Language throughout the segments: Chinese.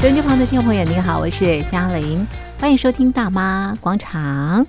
收音机旁的听众朋友，你好，我是嘉玲，欢迎收听《大妈广场》。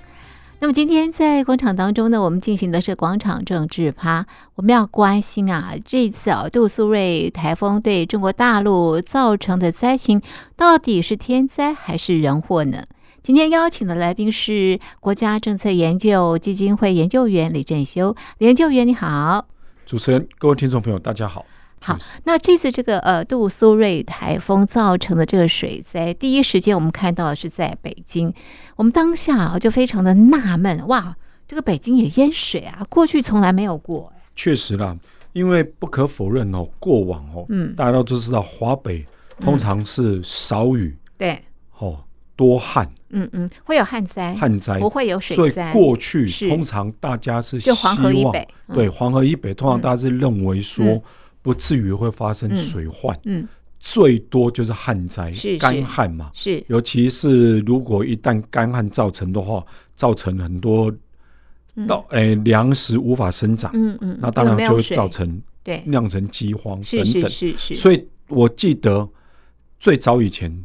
那么今天在广场当中呢，我们进行的是广场政治趴，我们要关心啊，这次啊杜苏芮台风对中国大陆造成的灾情，到底是天灾还是人祸呢？今天邀请的来宾是国家政策研究基金会研究员李振修，李研究员你好。主持人，各位听众朋友，大家好。好，那这次这个呃杜苏芮台风造成的这个水灾，第一时间我们看到的是在北京，我们当下啊就非常的纳闷，哇，这个北京也淹水啊，过去从来没有过，哎确实啦，因为不可否认哦，过往哦，嗯，大家都知道华北通常是少雨、对，哦，多旱，嗯嗯，会有旱灾，旱灾不。会有所水以灾，过去是通常大家是希就黄河以望北，嗯对黄河以北，通常大家是认为说嗯不至于会发生嗯水患，嗯最多就是旱灾是是、干旱嘛。是，尤其是如果一旦干旱造成的话，造成很多嗯稻诶粮食无法生长，嗯嗯，那当有然没有就会水造成对，酿成饥荒等是是等。是是，所以我记得最早以前，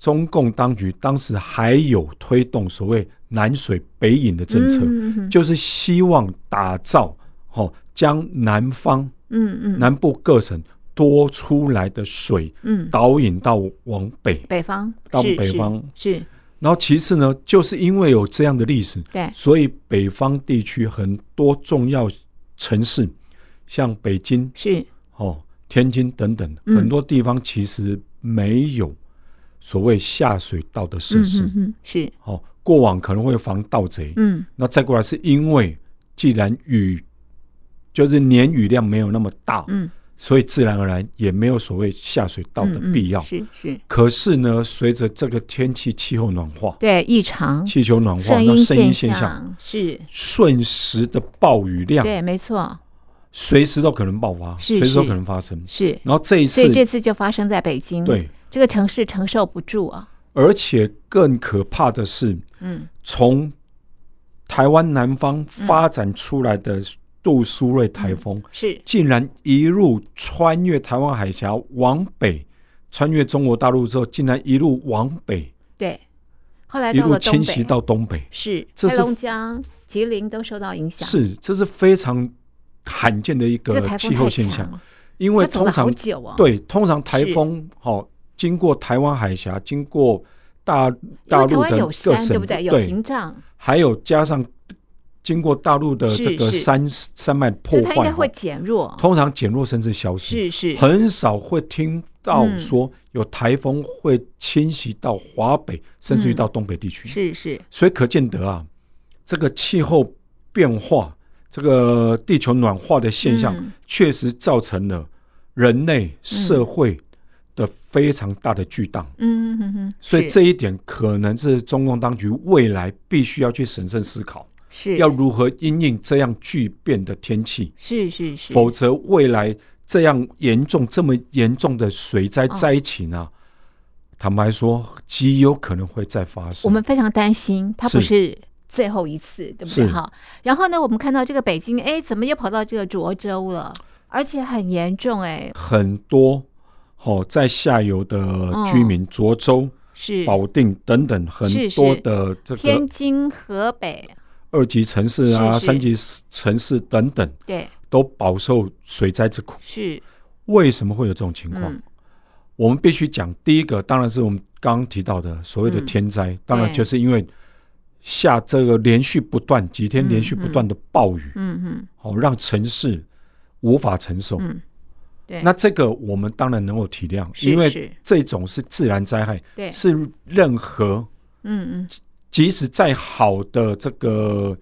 中共当局当时还有推动所谓“南水北引”的政策，嗯嗯就是希望打造哦，将南方嗯嗯南部各省多出来的水嗯，导引到往北。北方到是北是方是，然后其次呢，就是因为有这样的历史，对，所以北方地区很多重要城市，像北京、是哦，天津等等，嗯很多地方其实没有所谓下水道的设嗯施。嗯嗯是，哦，过往可能会防盗贼，嗯那再过来是因为既然雨就是年雨量没有那么大，嗯，所以自然而然也没有所谓下水道的嗯嗯必要。是是。可是呢，随着这个天气气候暖化，对异常、气球暖化，嗯声那音声音现现象。象是，瞬时的暴雨量，对，没错，随时都可能爆发，是随时都是可能发生。是。然后这一所次以，这次就发生在北京，，对，这个城市承受不住啊，而且更可怕的是，嗯从台湾南方发展出来的杜苏芮台风，是，竟然一路穿越台湾海峡往北，穿越中国大陆之后，竟然一路往北，对。后来一到路了东侵袭北，到东北，是这黑是龙江、吉林都受到影响，是这是非常罕见的一这个个台风气太候现强象，了，因它为走通了好常久哦，，对通常台是风好、哦、经过台湾海峡，经过大因大为台陆湾的有各山，省，对不对？有屏障，还有加上经过大陆的这个是是山山脉所破以它应该坏会后，减弱，通常减弱甚至消失，是是，很少会听到嗯说有台风会侵袭到华北，甚至嗯于到东北地区。是是，所以可见得啊，这个气候变化，这个地球暖化的现象，嗯确实造成了人类社会的非常大的巨荡。嗯嗯嗯，所以是这一点可能是中共当局未来必须要去审慎思考，是要如何因应这样巨变的天气，是是是，否则未来这样严重、这么严重的水灾哦灾情啊，坦白说，极有可能会再发生。我们非常担心，它不是是最后一次，对不对？是哈。然后呢，我们看到这个北京，哎，怎么又跑到这个涿州了？而且很严重，哎，很多哦，在下游的居民，涿州、嗯是保定等等很是多是的这个天津、河北，二级城市啊、是是三级城市等等，对，都饱受水灾之苦。是，为什么会有这种情况？嗯，我们必须讲，第一个当然是我们刚刚提到的所谓的嗯天灾，当然对就是因为下这个连续不断几天嗯连续不断的暴雨，嗯嗯，哦，让城市无法承受。嗯对，那这个我们当然能够体谅，是因为是这种是自然灾害，对，是任何嗯嗯，即使再好的这个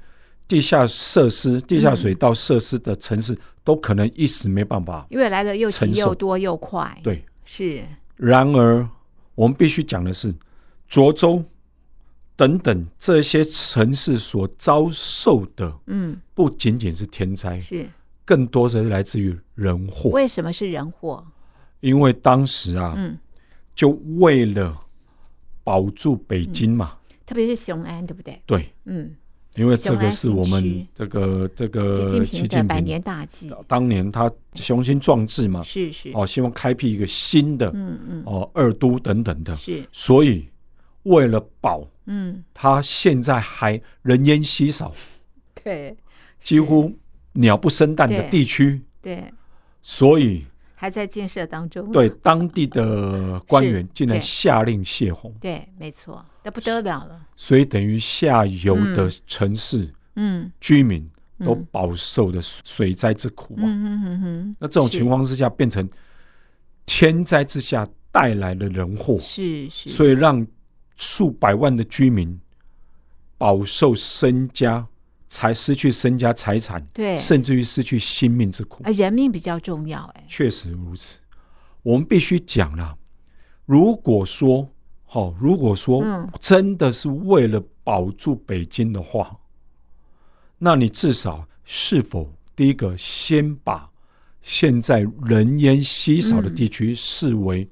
地下设施、地嗯下水道设施的城市，都可能一时没办法。因为来的又急承受又多又快，，对，是，然而我们必须讲的是，涿州等等这些城市所遭受的，嗯，不仅仅是天灾，是。更多是来自于人祸。为什么是人祸？因为当时啊，嗯，就为了保住北京嘛，嗯特别是雄安，对不对？对，嗯，因为这雄安个是新我区们这个这习个近呃习平的近百平年大计，当年他雄心壮志嘛，是是，哦，希望开辟一个新的嗯嗯，哦二都等等的，是，所以为了保嗯，他现在还人烟稀少，对几乎鸟不生蛋的对地区，对，所以还在建设当中，哦对当地的官员竟然对下令泄洪，对，没错，那不得了了，所以等于下游的城市、嗯居民都嗯饱受了水灾之苦啊。嗯嗯嗯嗯，那这种是情况之下，变成天灾之下带来的人祸，是是，所以让数百万的居民饱受身家，才失去身家财产，对，甚至于失去性命之苦啊，。人命比较重要，哎，确实如此，我们必须讲啦。如果说，好、如果说嗯真的是为了保住北京的话，那你至少是否第一个先把现在人烟稀少嗯的地区视为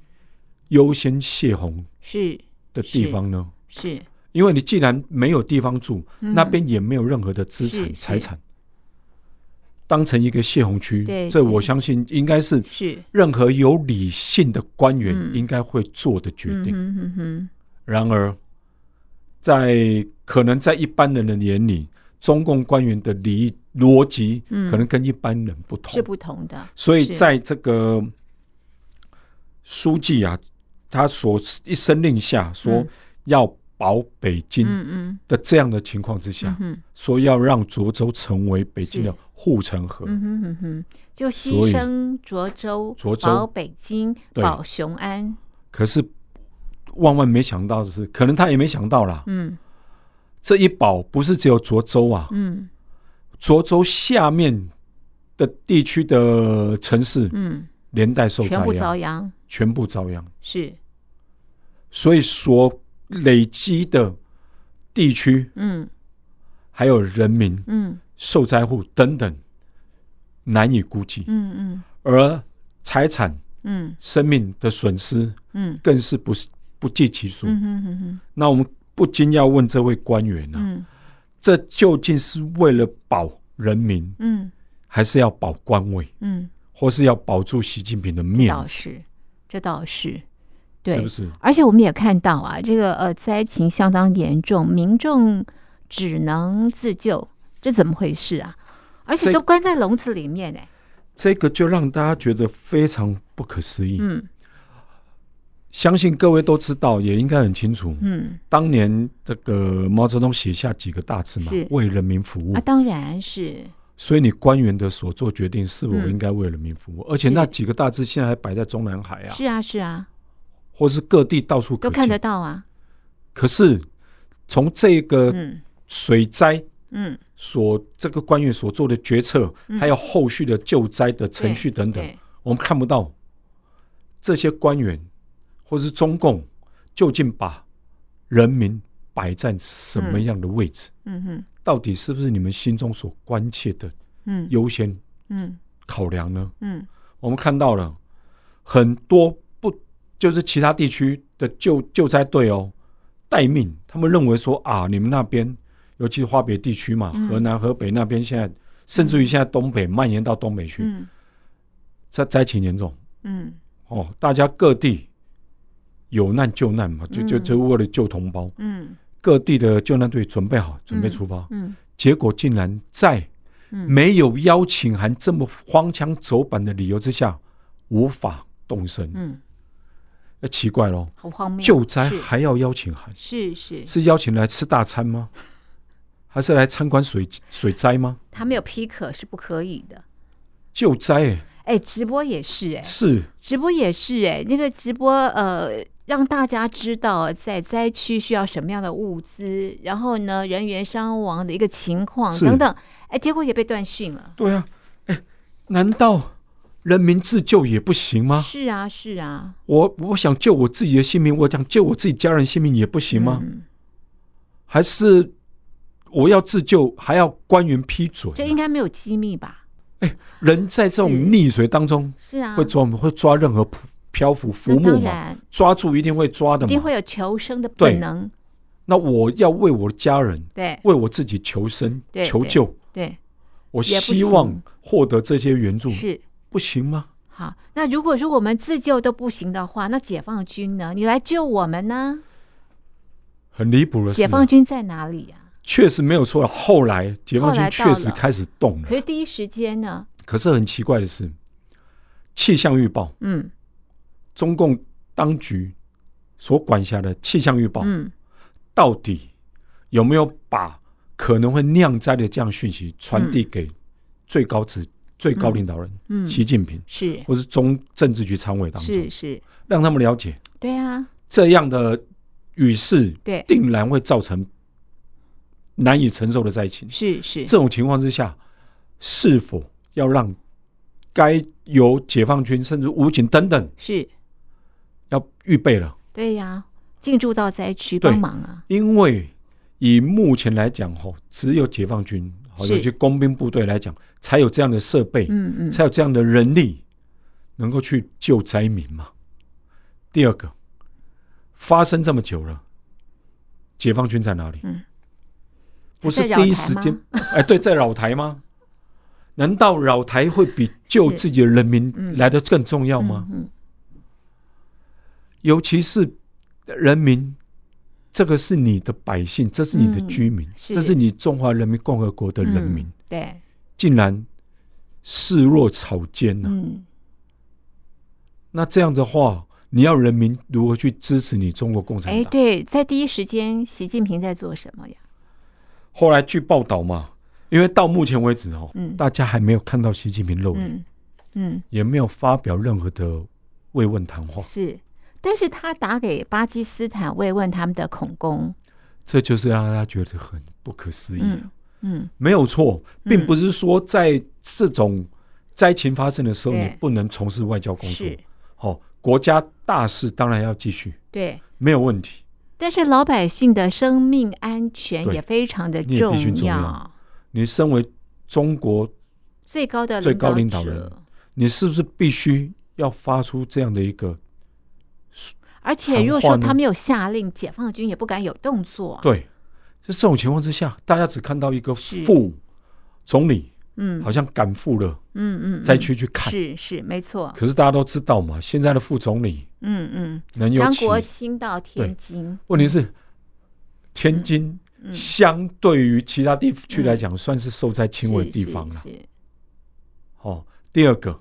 优先泄洪是的地方呢？是，因为你既然没有地方住，嗯那边也没有任何的资是产是财产，当成一个泄洪区对，这对我相信应该是是任何有理性的官员嗯应该会做的决定。嗯哼哼然而，在可能在一般人的眼里，中共官员的理逻辑嗯可能跟一般人不哼，同，是不同的，所以是在这个书记啊，他所一声令下说嗯要保北京嗯嗯的这样的情况之下，嗯哼说要让涿州成为北京是的护城河，嗯哼哼哼，就所牺以牲涿州、涿州保北京、对保雄安，可是万万没想到的是，可能他也没想到啦。嗯这一保不是只有涿州啊，嗯涿州下面的地区的城市嗯，连带受灾全部遭殃，殃，全部遭殃。是，所以所累积的地区嗯还有人民、嗯受灾户等等，难以估计，嗯嗯而财产、嗯生命的损失嗯更是不不计其数。嗯哼哼哼，那我们不禁要问这位官员啊，嗯这究竟是为了保人民，嗯还是要保官位？嗯，或是要保住习近平的这面倒子，是，这倒是，对，是不是？而且我们也看到啊，这个呃灾情相当严重，民众只能自救，这怎么回事啊？而且这都关在笼子里面哎、这个就让大家觉得非常不可思议。嗯相信各位都知道，也应该很清楚，嗯当年这个毛泽东写下几个大字嘛是，为人民服务啊，。当然是所以你官员的所做决定是否嗯应该为人民服务？而且是那几个大字现在还摆在中南海啊，是啊是啊，或是各地到处可都看得见。到啊，可是从这个嗯水灾嗯，所这个官员所做的决策，还有后续的救灾的程序等等，对，我们看不到这些官员或是中共究竟把人民摆在什么样的位置，嗯哼到底是不是你们心中所关切的嗯优先嗯考量呢？嗯我们看到了很多不就是其他地区的救救灾队哦，待命，他们认为说啊，你们那边尤其是华北地区嘛，嗯河南、河北那边现在，甚至于现在东北蔓延到东北去，嗯灾灾情严重。嗯哦，大家各地有难救难嘛，就就嗯就为了救同胞，嗯各地的救难队准备好，准备出发，嗯结果竟然在嗯没有邀请函这么荒腔走板的理由之下，无法动身。嗯，那、呃奇怪咯，好荒谬，救灾是还要邀请函，是是，是邀请来吃大餐吗？ 还是来参观水水灾吗？他没有批可是不可以的，救灾、欸、哎，直播也是哎，是直播也是哎、那个直播呃，让大家知道在灾区需要什么样的物资，然后呢人员伤亡的一个情况是等等，哎，结果也被断讯了。对啊，哎、难道人民自救也不行吗？是啊，是啊，我我想救我自己的性命，我想救我自己家人性命也不行吗？嗯还是我要自救还要官员批准？这应该没有机密吧？人在这种是溺水当中是啊，会抓会抓任何漂浮浮那木当嘛，然抓住一定会抓的一定嘛。会有求生的对本能。那我要为我的家人、对为我自己求生、对求救。对，我也不希行望获得这些援助，是不行吗？好。那如果说我们自救都不行的话，那解放军呢？你来救我们呢？很离谱的是解呢，放军在哪里啊呀、确实没有错。啊后来解放后来到军确了实开始动了，可是第一时间呢？可是很奇怪的是，气象预报，嗯中共当局所管辖的气象预报，嗯，到底有没有把可能会酿灾的这样讯息传递给最高职、最高领导人、嗯习近平，是或是中政治局常委当是中，是，让他们了解对啊，这样的语势对，定然会造成难以承受的灾情。是是，这种情况之下，是否要让该由解放军甚至武警等等是要预备了？对呀、进驻到灾区对帮忙啊，因为以目前来讲，吼，只有解放军，好，是有些工兵部队来讲，才有这样的设备，嗯嗯，才有这样的人力，能够去救灾民嘛。第二个，发生这么久了，解放军在哪里？嗯不是在扰台第一时吗间，哎，对，在扰台吗？难道扰台会比救是自己的人民嗯来的更重要吗？嗯嗯尤其是人民，这个是你的百姓，这是你的嗯居民，是这是你中华人民共和国的人民，嗯对，竟然视若草菅呐、啊嗯，那这样的话，你要人民如何去支持你中国共产哎，党？对，在第一时间，习近平在做什么呀？后来据报道嘛，因为到目前为止哦，嗯大家还没有看到习近平露脸，嗯嗯，也没有发表任何的慰问谈话，是，但是他打给巴基斯坦慰问他们的恐攻，这就是让大家觉得很不可思议。嗯嗯，没有错，嗯并不是说在这种灾情发生的时候，对你不能从事外交工作是。，好、国家大事当然要继续，对。没有问题。但是老百姓的生命安全对也非常的你也必须重要要，你身为中国，最高的最高领导导者人你是不是必须要发出这样的一个而且谈如果话说呢他没有下令，解放军也不敢有动作。，对？就这种情况之下，大家只看到一个是副总理嗯好像赶赴了嗯嗯，灾嗯区去看，是是没错，可是大家都知道嘛，现在的副总理嗯嗯，能有张起国清到天津，问题是，天津嗯相对于其他地区来讲，算是受灾轻微的是地是方啊了。是哦，第二个，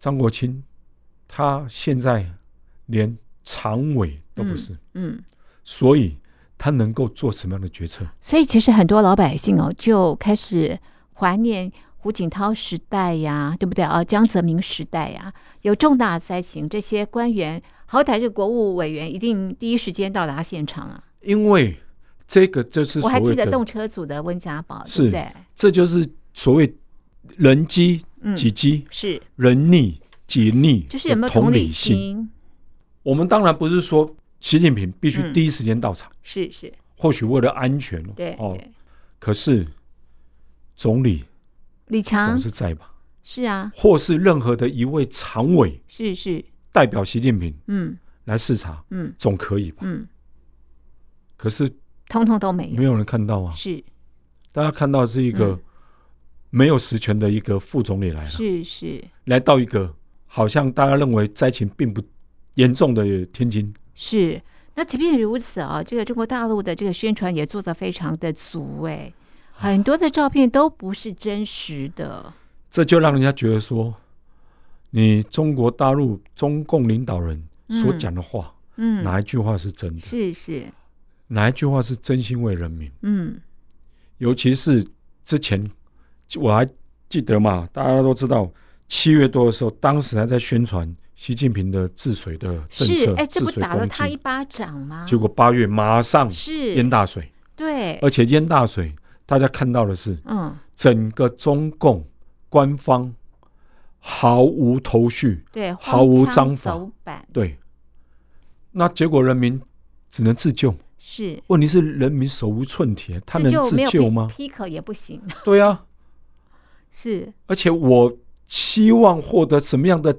张国清他现在连常委都不是，嗯，所以他能够做什么样的决策？所以其实很多老百姓哦，就开始怀念胡锦涛时代呀，对不对啊？江泽民时代呀，有重大灾情，这些官员好歹是国务委员，一定第一时间到达现场啊。因为这个就是我还所记谓得的，动车组的温家宝，对是不对？这就是所谓人机嗯，己机，是，人逆己逆，就是有没有同理性？心？我们当然不是说习近平必须嗯第一时间到场。是是，或许为了安全，对哦，对。可是总理李强总是在吧，是啊，或是任何的一位常委是是，代表习近平嗯来视察，嗯总可以吧？嗯，可是通通都没有，没有人看到啊，是大家看到是一个嗯没有实权的一个副总理来了，是是来到一个好像大家认为灾情并不严重的天津，是。那即便如此啊，这个中国大陆的这个宣传也做得非常的足哎，很多的照片都不是真实的，这就让人家觉得说，你中国大陆中共领导人所嗯讲的话，嗯，哪一句话是真的？是是，哪一句话是真心为人民？嗯尤其是之前我还记得嘛，大家都知道，七月多的时候，当时还在宣传习近平的治水的政是策，哎，治这不水打了攻他一击，巴掌吗？结果八月马上淹是，大水，对，而且淹大水，大家看到的是嗯整个中共官方毫无头绪，对，毫无荒腔章法走板对，那结果人民只能自救。是，问题是人民手无寸铁，他自能救自没有救批吗？批可也不行， 对啊，是而且我希望获得什么样的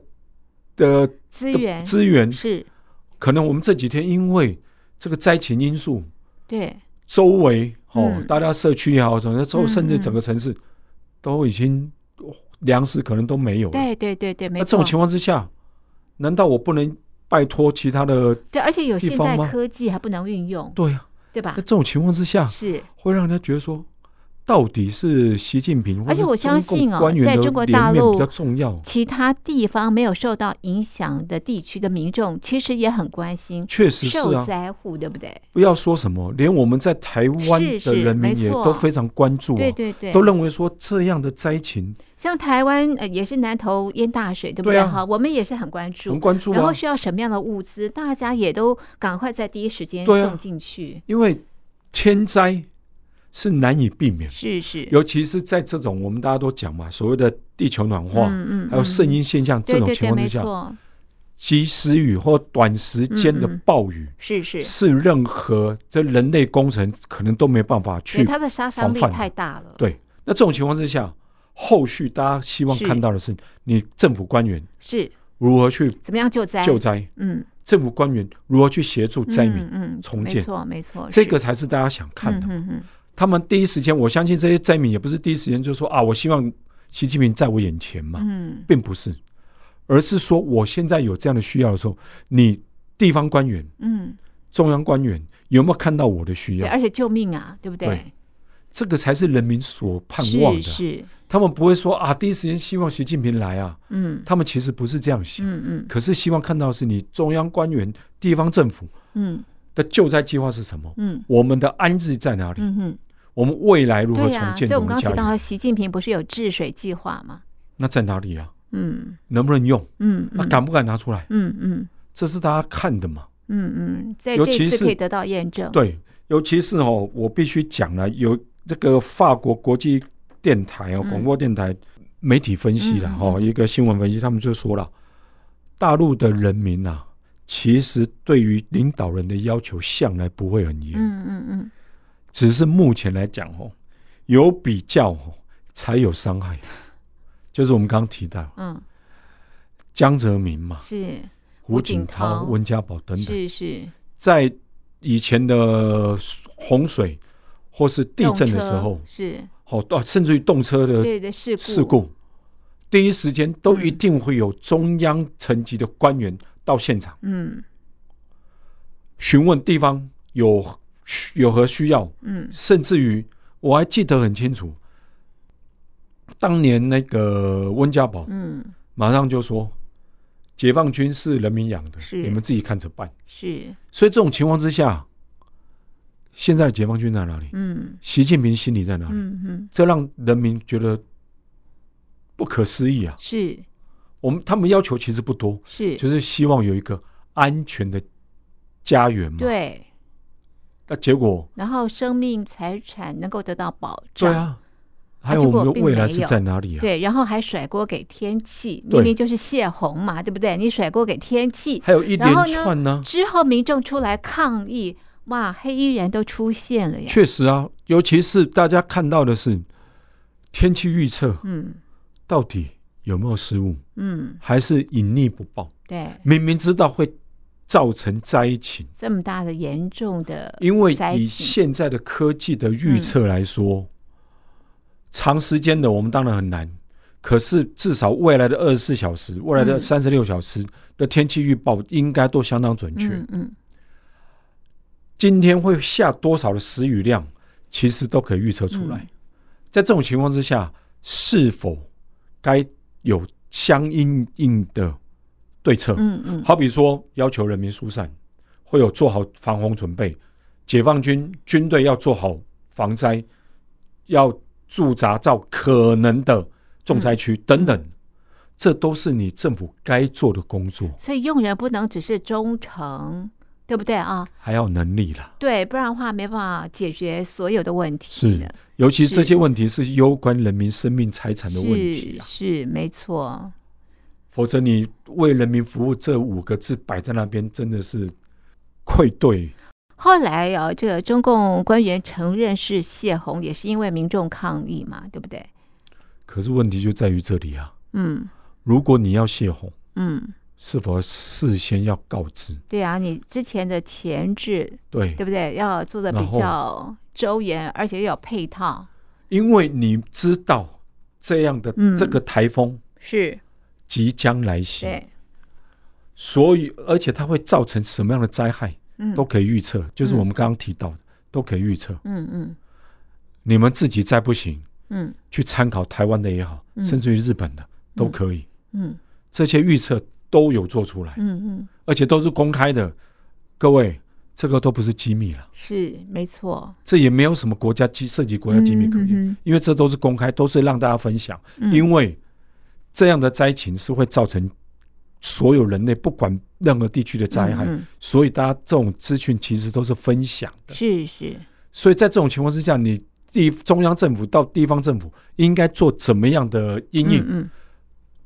的资的源资源？是可能我们这几天因为这个灾情因素，对，周围哦，嗯大家社区也好，整个周嗯甚至嗯整个城市都已经哦粮食可能都没有了。对对对对，没那错。这种情况之下，难道我不能拜托其他的？对，而且有地现方代吗科技还不能运用，对呀、对啊吧那？这种情况之下，是，会让人家觉得说，到底是习近平或而且者我相中共信哦官员在的中国脸大面陆比较重要。其他地方没有受到影响的地区的民众，其实也很关心确实是受啊，灾户，对不对？不要说什么，连我们在台湾是的是人民没也错都非常关注、啊，对对对都，认为说这样的灾情像台湾呃也是南投淹大水，对不对对？啊哈，我们也是很关很注，关注然后啊，需要什么样的物资，大家也都赶快在第一时间对啊送进去。因为天灾是难以避免，是是，尤其是在这种我们大家都讲嘛，所谓的地球暖化，嗯还有圣婴现象这对种对情对，况没之下，错，及时雨或短时间的嗯嗯暴雨。是是，是任何这人类工程可能都没办法因为去。它的杀伤防力范太大了。对，那这种情况之下，后续大家希望是看到的是，你政府官员是如何去怎么样救灾？救灾，嗯，政府官员如何去协助灾民，嗯嗯，重没建错没错，这是个才是大家想看的。嗯嗯嗯他们第一时间，我相信这些灾民也不是第一时间就说啊，我希望习近平在我眼前嘛，嗯，并不是，而是说我现在有这样的需要的时候，你地方官员、嗯，中央官员有没有看到我的需对，要？而且救命啊，对不对对？这个才是人民所盼望的。是是，他们不会说啊，第一时间希望习近平来啊，嗯他们其实不是这样想，嗯嗯可是希望看到的是你中央官员、地方政府嗯的救灾计划是什么，嗯我们的安置在哪里，嗯嗯，我们未来如何对重呀，所建以我们我刚刚们家提里，到习近平不是有治水计划吗？那在哪里啊？嗯能不能用？嗯那、嗯敢不敢拿出来？嗯嗯这是大家看的嘛？嗯嗯，在尤这一其次是可以得到验证。对，尤其是哦，我必须讲了，有这个法国国际电台哦，嗯广播电台媒体分析了嗯嗯哦，一个新闻分析，他们就说了，大陆的人民呐、啊，其实对于领导人的要求向来不会很严，嗯嗯嗯，只是目前来讲哦，有比较哦，才有伤害， 就是我们刚刚提到嗯，江泽民嘛、是嗯胡胡锦锦涛涛、温家宝等等，是是，在以前的洪水或是地动震的时车候。是，好、哦，甚至于动车的对对事故事故，第一时间都一嗯定会有中央层级的官员到现场嗯询问地方有有何需要，嗯甚至于我还记得很清楚，当年那个温家宝嗯马上就说，解放军是人民养的，是你们自己看着办。是，所以这种情况之下，现在的解放军在哪里？嗯习近平心里在哪里？嗯嗯这让人民觉得不可思议啊！是我们他们要求其实不多，是，就是希望有一个安全的家园嘛。。对。那结果，然后生命财产能够得到保障。对啊，还有结我果们的并未来没是有在哪里啊？对然后还甩锅给天气，对明明就是泄洪嘛，对不对？你甩锅给天气，还有一然后连呢串呢。之后民众出来抗议，哇，黑衣人都出现了呀。确实啊，尤其是大家看到的是天气预测嗯到底有没有失误，嗯，还是隐匿不报？对，明明知道会造成灾情，这么大的严重的，因为灾以情现在的科技的预测嗯来说，长时间的我们当然很难，可是至少未来的二十四小时、未来的嗯三十六小时的天气预报应该都相当准确。嗯嗯，今天会下多少的时雨量，其实都可以预测出来。嗯在这种情况之下，是否该有相应应的对策？嗯嗯，好比说，要求人民疏散，会有做好防洪准备；解放军军队要做好防灾，要驻扎到可能的重灾区等等，这都是你政府该做的工作，所以用人不能只是忠诚，对不对啊？还要有能力啦。对，不然的话没办法解决所有的问题是的。尤其是这些问题是攸关人民生命财产的问题是啊，是没错，否则你为人民服务这五个字摆在那边，真的是愧对。后来啊，这个中共官员承认是泄洪，也是因为民众抗议嘛，对不对？可是问题就在于这里啊，嗯如果你要泄洪，嗯，是否事先要告知？对啊，你之前的前置，对，对不对？要做的比然后较周延，而且要有配套。因为你知道这样的、嗯这个台风是，即将来袭，对，所以而且它会造成什么样的灾害嗯，都可以预测，就是我们刚刚提到的，都可以预测。嗯嗯你们自己再不行，嗯去参考台湾的也好，甚至于日本的都可以，嗯这些预测都有做出来，嗯嗯，而且都是公开的。各位，这个都不是机密了，是没错。这也没有什么国家机涉及国家机密可言，嗯嗯嗯因为这都是公开，都是让大家分享。嗯因为这样的灾情是会造成所有人类不管任何地区的灾害，嗯嗯所以大家这种资讯其实都是分享的。是是，所以在这种情况之下，你地中央政府到地方政府应该做怎么样的因应，嗯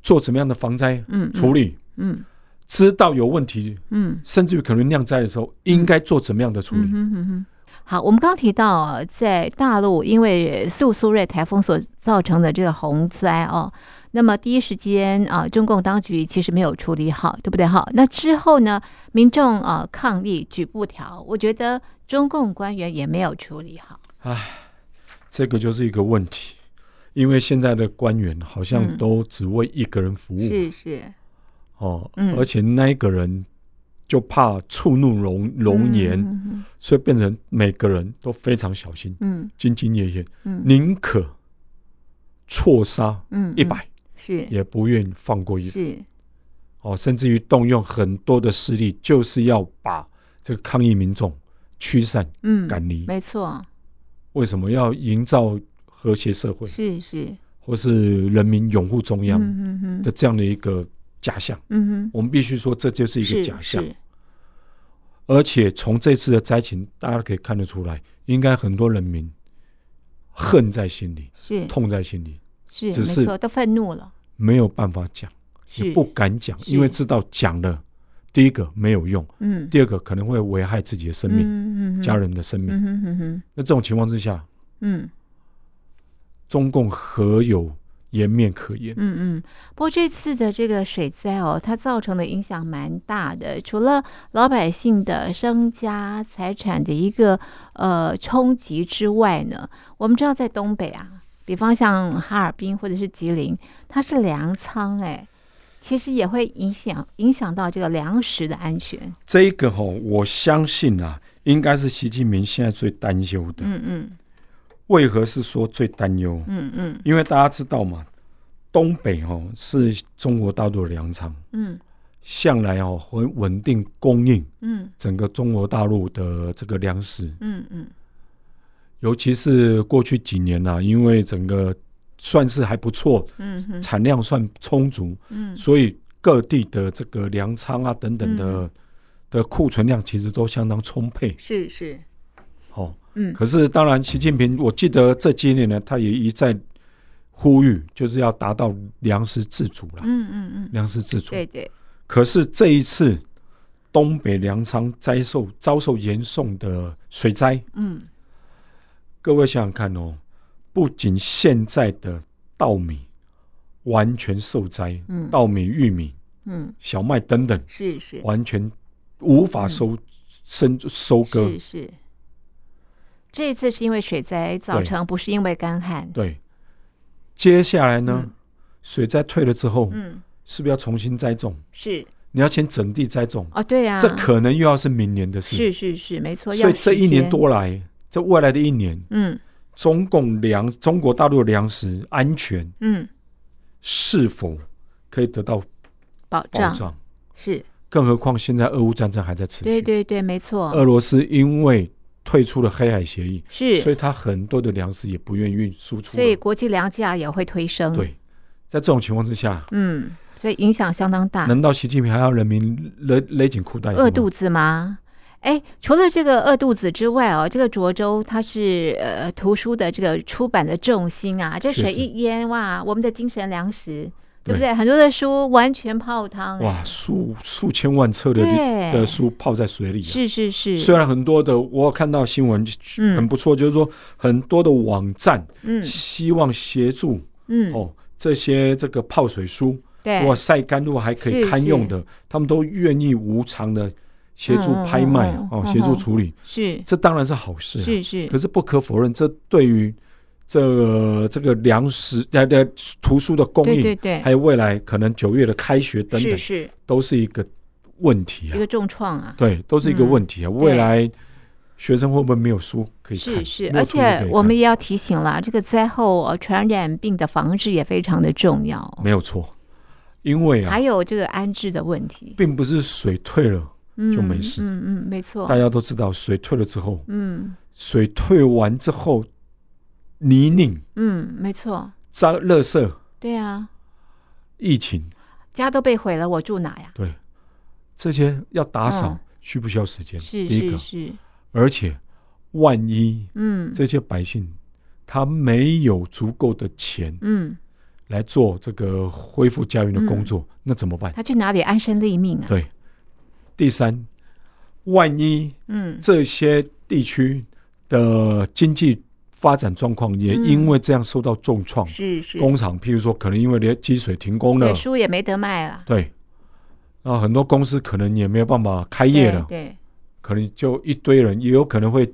做怎么样的防灾嗯嗯处理？嗯知道有问题，嗯甚至于可能酿灾的时候，应该做怎么样的处理？嗯哼嗯哼。好，我们刚提到啊在大陆，因为苏苏瑞台风所造成的这个洪灾哦，那么第一时间啊，中共当局其实没有处理好，对不对？好，那之后呢，民众啊抗议举布条，我觉得中共官员也没有处理好。这个就是一个问题，因为现在的官员好像嗯都只为一个人服务，是是，哦，嗯而且那一个人就怕触怒龙龙颜，嗯所以变成每个人都非常小心，嗯兢兢业业，嗯宁可错杀嗯，一百、是也不愿放过一人是，哦，甚至于动用很多的势力，就是要把这个抗议民众驱散嗯，赶离。没错，为什么要营造和谐社会，是是，或是人民拥护中央嗯哼的哼，这样的一个假象？嗯哼，我们必须说，这就是一个是假象。是而且从这次的灾情，大家可以看得出来，应该很多人民恨在心里，是痛在心里，是，只没是错，都愤怒了，没有办法讲，也是不敢讲，是因为知道讲了，第一个没有用，嗯，第二个可能会危害自己的生命、嗯嗯家，人的生命。嗯哼哼哼，那这种情况之下，嗯中共何有颜面可言？嗯嗯。不过这次的这个水灾哦，它造成的影响蛮大的，除了老百姓的身家财产的一个呃冲击之外呢，我们知道在东北啊，比方像哈尔滨或者是吉林，它是粮仓哎。其实也会影响影响到这个粮食的安全。这一个哈、我相信啊，应该是习近平现在最担忧的。嗯嗯为何是说最担忧？嗯嗯因为大家知道嘛，东北哦是中国大陆的粮仓，嗯向来哦很稳定供应嗯整个中国大陆的这个粮食，嗯嗯尤其是过去几年呐、因为整个算是还不错，嗯哼产量算充足，嗯所以各地的这个粮仓啊等等的、嗯的库存量其实都相当充沛是是哦。嗯可是当然，习近平我记得这几年呢，他也一再呼吁，就是要达到粮食自主啦。嗯嗯嗯粮食自主。对对可是这一次东北粮仓遭受遭受严重的水灾，嗯各位想想看哦，不仅现在的稻米完全受灾，嗯稻米、玉米、嗯小麦等等是是完全无法收生收割。是是。这一次是因为水灾造对成，不是因为干旱。对，接下来呢，嗯水灾退了之后，嗯，是不是要重新栽种？是你要先整地栽种，哦，对啊，这可能又要是明年的事。是是是没错。所以要这一时年间，多来，这未来的一年，嗯中共粮中国大陆的粮食安全嗯，是否可以得到保保障障？是更何况现在俄乌战争还在持续，对对对，没错，俄罗斯因为退出了黑海协议，是所以它很多的粮食也不愿意运输出所以嗯了。国际粮价也会推升。，对，在这种情况之下，嗯，所以影响相当大。难道习近平还要人民勒勒紧裤带？啊饿肚？子吗？哎，除了这个饿肚子之外哦，这个涿州它是呃图书的这个出版的重心啊，这确水实一淹哇，我们的精神粮食，对不对对？很多的书完全泡汤、哎哇，数数千万册的对的书泡在水里、啊。是是是，虽然很多的，我有看到新闻嗯很不错，就是说很多的网站嗯希望协助嗯哦这些这个泡水书对如果晒干，如果还可以是堪用的，他们都愿意无偿的协助嗯拍卖嗯嗯哦，协助嗯处理，是这当然是好事啊。是是可，是不可否认，这对于这个这个粮食呃的图书的供对应，对对还，有未来可能九月的开学等等是，是都是一个问题一啊。个重创啊。对，都是一个问题啊。未来学生会不会没有书可以嗯是看？是，没有而图书可以且我看们也要提醒了，这个灾后呃传染病的防治也非常的重要，没有错，因为啊还，有这个安置的问题，并不是水退了，嗯，就没事嗯嗯，没错大，家都知道，水退了之后，嗯水退完之后，泥泞、嗯，没错，脏、垃圾、对啊，疫情，家都被毁了，我住哪呀？对这些要打扫嗯，需不需要时间？是第一是个，是，而且万一嗯这些百姓他没有足够的钱嗯，来做这个恢复家园的工作，那怎么办？他去哪里安身立命啊？对，第三，万一嗯，这些地区的经济发展状况也嗯因为这样受到重创，是是，工厂譬如说可能因为连积水停工了对，，书也没得卖了，对，那很多公司可能也没有办法开业了，对可能就一堆人也有可能会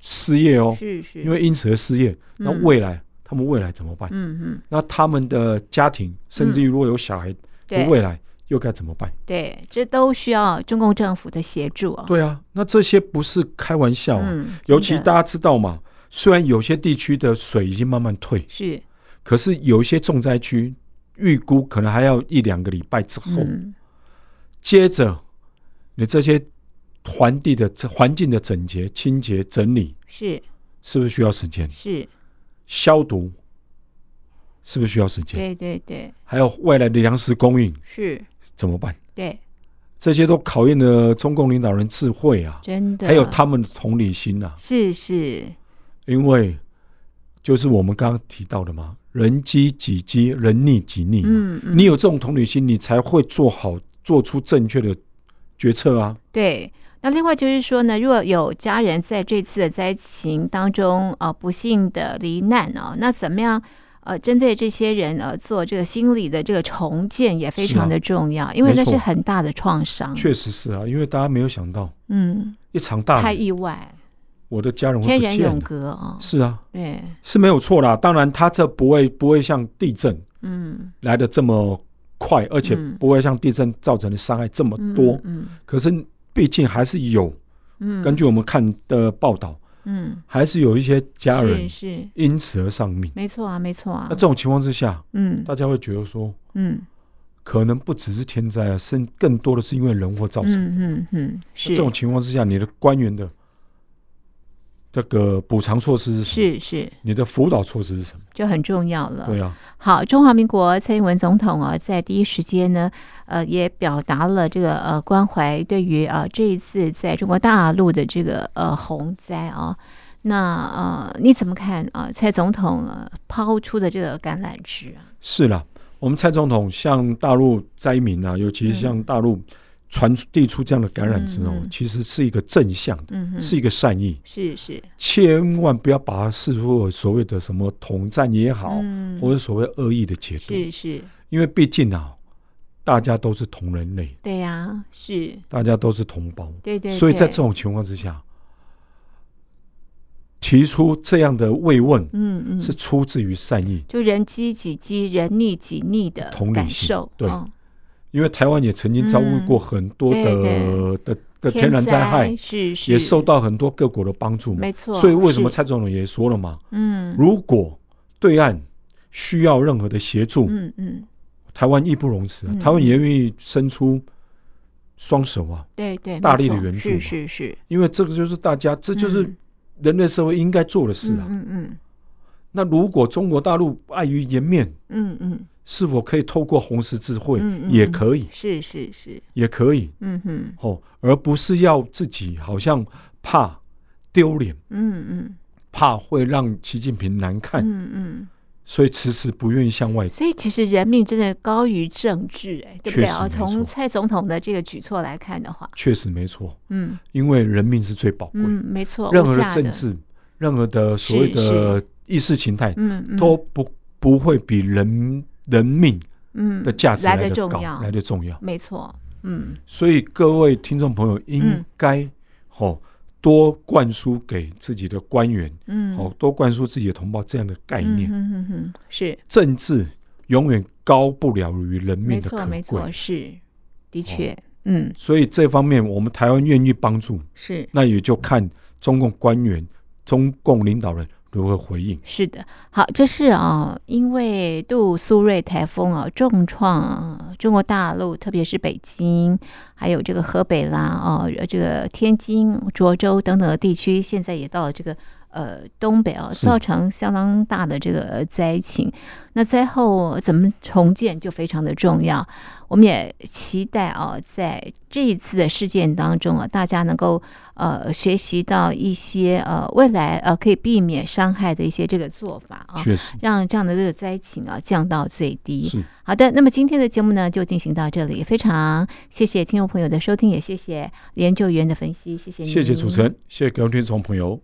失业对，哦，是是，因为因此而失业，那嗯未来他们未来怎么办？嗯嗯，那他们的家庭，甚至于如果有小孩的对未来又该怎么办？对，这都需要中共政府的协助啊。对啊，那这些不是开玩笑啊。嗯，尤真其的大家知道嘛，虽然有些地区的水已经慢慢退，是可是有一些重灾区，预估可能还要一两个礼拜之后，嗯。接着你这些环地的环境的整洁、清洁、整理，是是不是需要时间？是，消毒是不是需要时间？对对对，还有未来的粮食供应是，怎么办？对，这些都考验了中共领导人智慧啊，真的。还有他们的同理心啊。是是，因为就是我们刚刚提到的嘛，人机己机，人逆己逆嘛。嗯嗯，你有这种同理心，你才会做好做出正确的决策啊。对。那另外就是说呢，如果有家人在这次的灾情当中呃不幸的罹难哦，那怎么样呃针对这些人呃做这个心理的这个重建也非是啊常的重要，因为没那是错很大的创伤，确实是啊，因为大家没有想到嗯，一场大太雨，意外，我的家人会天不人见永了。隔啊、哦，是啊，对，是没有错啦。当然，它这不会不会像地震嗯，来的这么快，而且嗯不会像地震造成的伤害这么嗯多。嗯可是，毕竟还是有，嗯，根据我们看的报道，嗯，还是有一些家人是是，因此而丧命。没错啊，没错啊那，这种情况之下，嗯大家会觉得说，嗯。可能不只是天灾啊，甚更多的是因为人祸造成。那嗯嗯嗯，是这种情况之下，你的官员的这个补偿措施是什么？是是嗯你的辅导措施是什么？就很重要了。对啊，好，中华民国蔡英文总统啊，在第一时间呢，呃，也表达了这个呃关怀，对于啊、呃这一次在中国大陆的这个呃洪灾啊，那呃你怎么看啊、蔡总统、呃、抛出的这个橄榄枝啊？是啦。我们蔡总统向大陆灾民啊，尤其是向大陆传递出这样的感染之后，嗯嗯嗯其实是一个正向的，嗯哼，是一个善意。是是，千万不要把它视作所谓的什么统战也好，嗯或者所谓恶意的解读，是是，因为毕竟啊，大家都是同人类，对呀、是，大家都是同胞，对对所以在对这种情况之下，提出这样的慰问嗯嗯，是出自于善意。就人机己机，人逆己逆的同理感心受，对嗯因为台湾也曾经遭遇过很多的、嗯的的天然灾害，是是也受到很多各国的帮助嘛没。错，所以为什么是蔡总统也说了嘛，嗯如果对岸需要任何的协助，嗯嗯台湾义不容辞、啊，嗯台湾也愿意伸出双手啊，对对大没力的错援助是嘛是是因为这个就是大家，这就是嗯人类社会应该做的事啊。嗯嗯那如果中国大陆碍于颜面，嗯嗯嗯是否可以透过红十字会？嗯嗯也可以，是是是也可以嗯哼哦，而不是要自己好像怕丢脸，嗯嗯怕会让习近平难看，嗯哎嗯，所以迟迟不愿意向外。所以其实人命真的高于政治哎，对不对确实啊？没错从蔡总统的这个举措来看的话，确实没错，嗯因为人命是最宝贵，嗯没错，任无何的价政治，任何的所谓是是嗯的意识形态，嗯嗯都不不会比人人命嗯的价值来得得重高，要来得重要。没错，嗯所以各位听众朋友应该哦多灌输给自己的官员，嗯，哦多灌输自己的同胞这样的概念。嗯哼哼哼，是政治永远高不了于人没民的错可没错，贵，哦是的确，嗯所以这方面我们台湾愿意帮助，是。那也就看中共官员、中共领导人如何回应。是的，好，这是啊、因为杜苏芮台风啊重创呃中国大陆，特别是北京，还有这个河北啦，哦、呃，这个天津、涿州等等的地区，现在也到了这个呃东北啊，是造成相当大的这个呃灾情。那灾后怎么重建就非常的重要，我们也期待啊，在这一次的事件当中啊，大家能够呃学习到一些呃未来呃可以避免伤害的一些这个做法啊，确实让这样的这个灾情啊降到最低。是，好的，那么今天的节目呢就进行到这里，非常谢谢听众朋友的收听，也谢谢研究员的分析，谢谢您，谢谢主持人，谢谢各位听众朋友，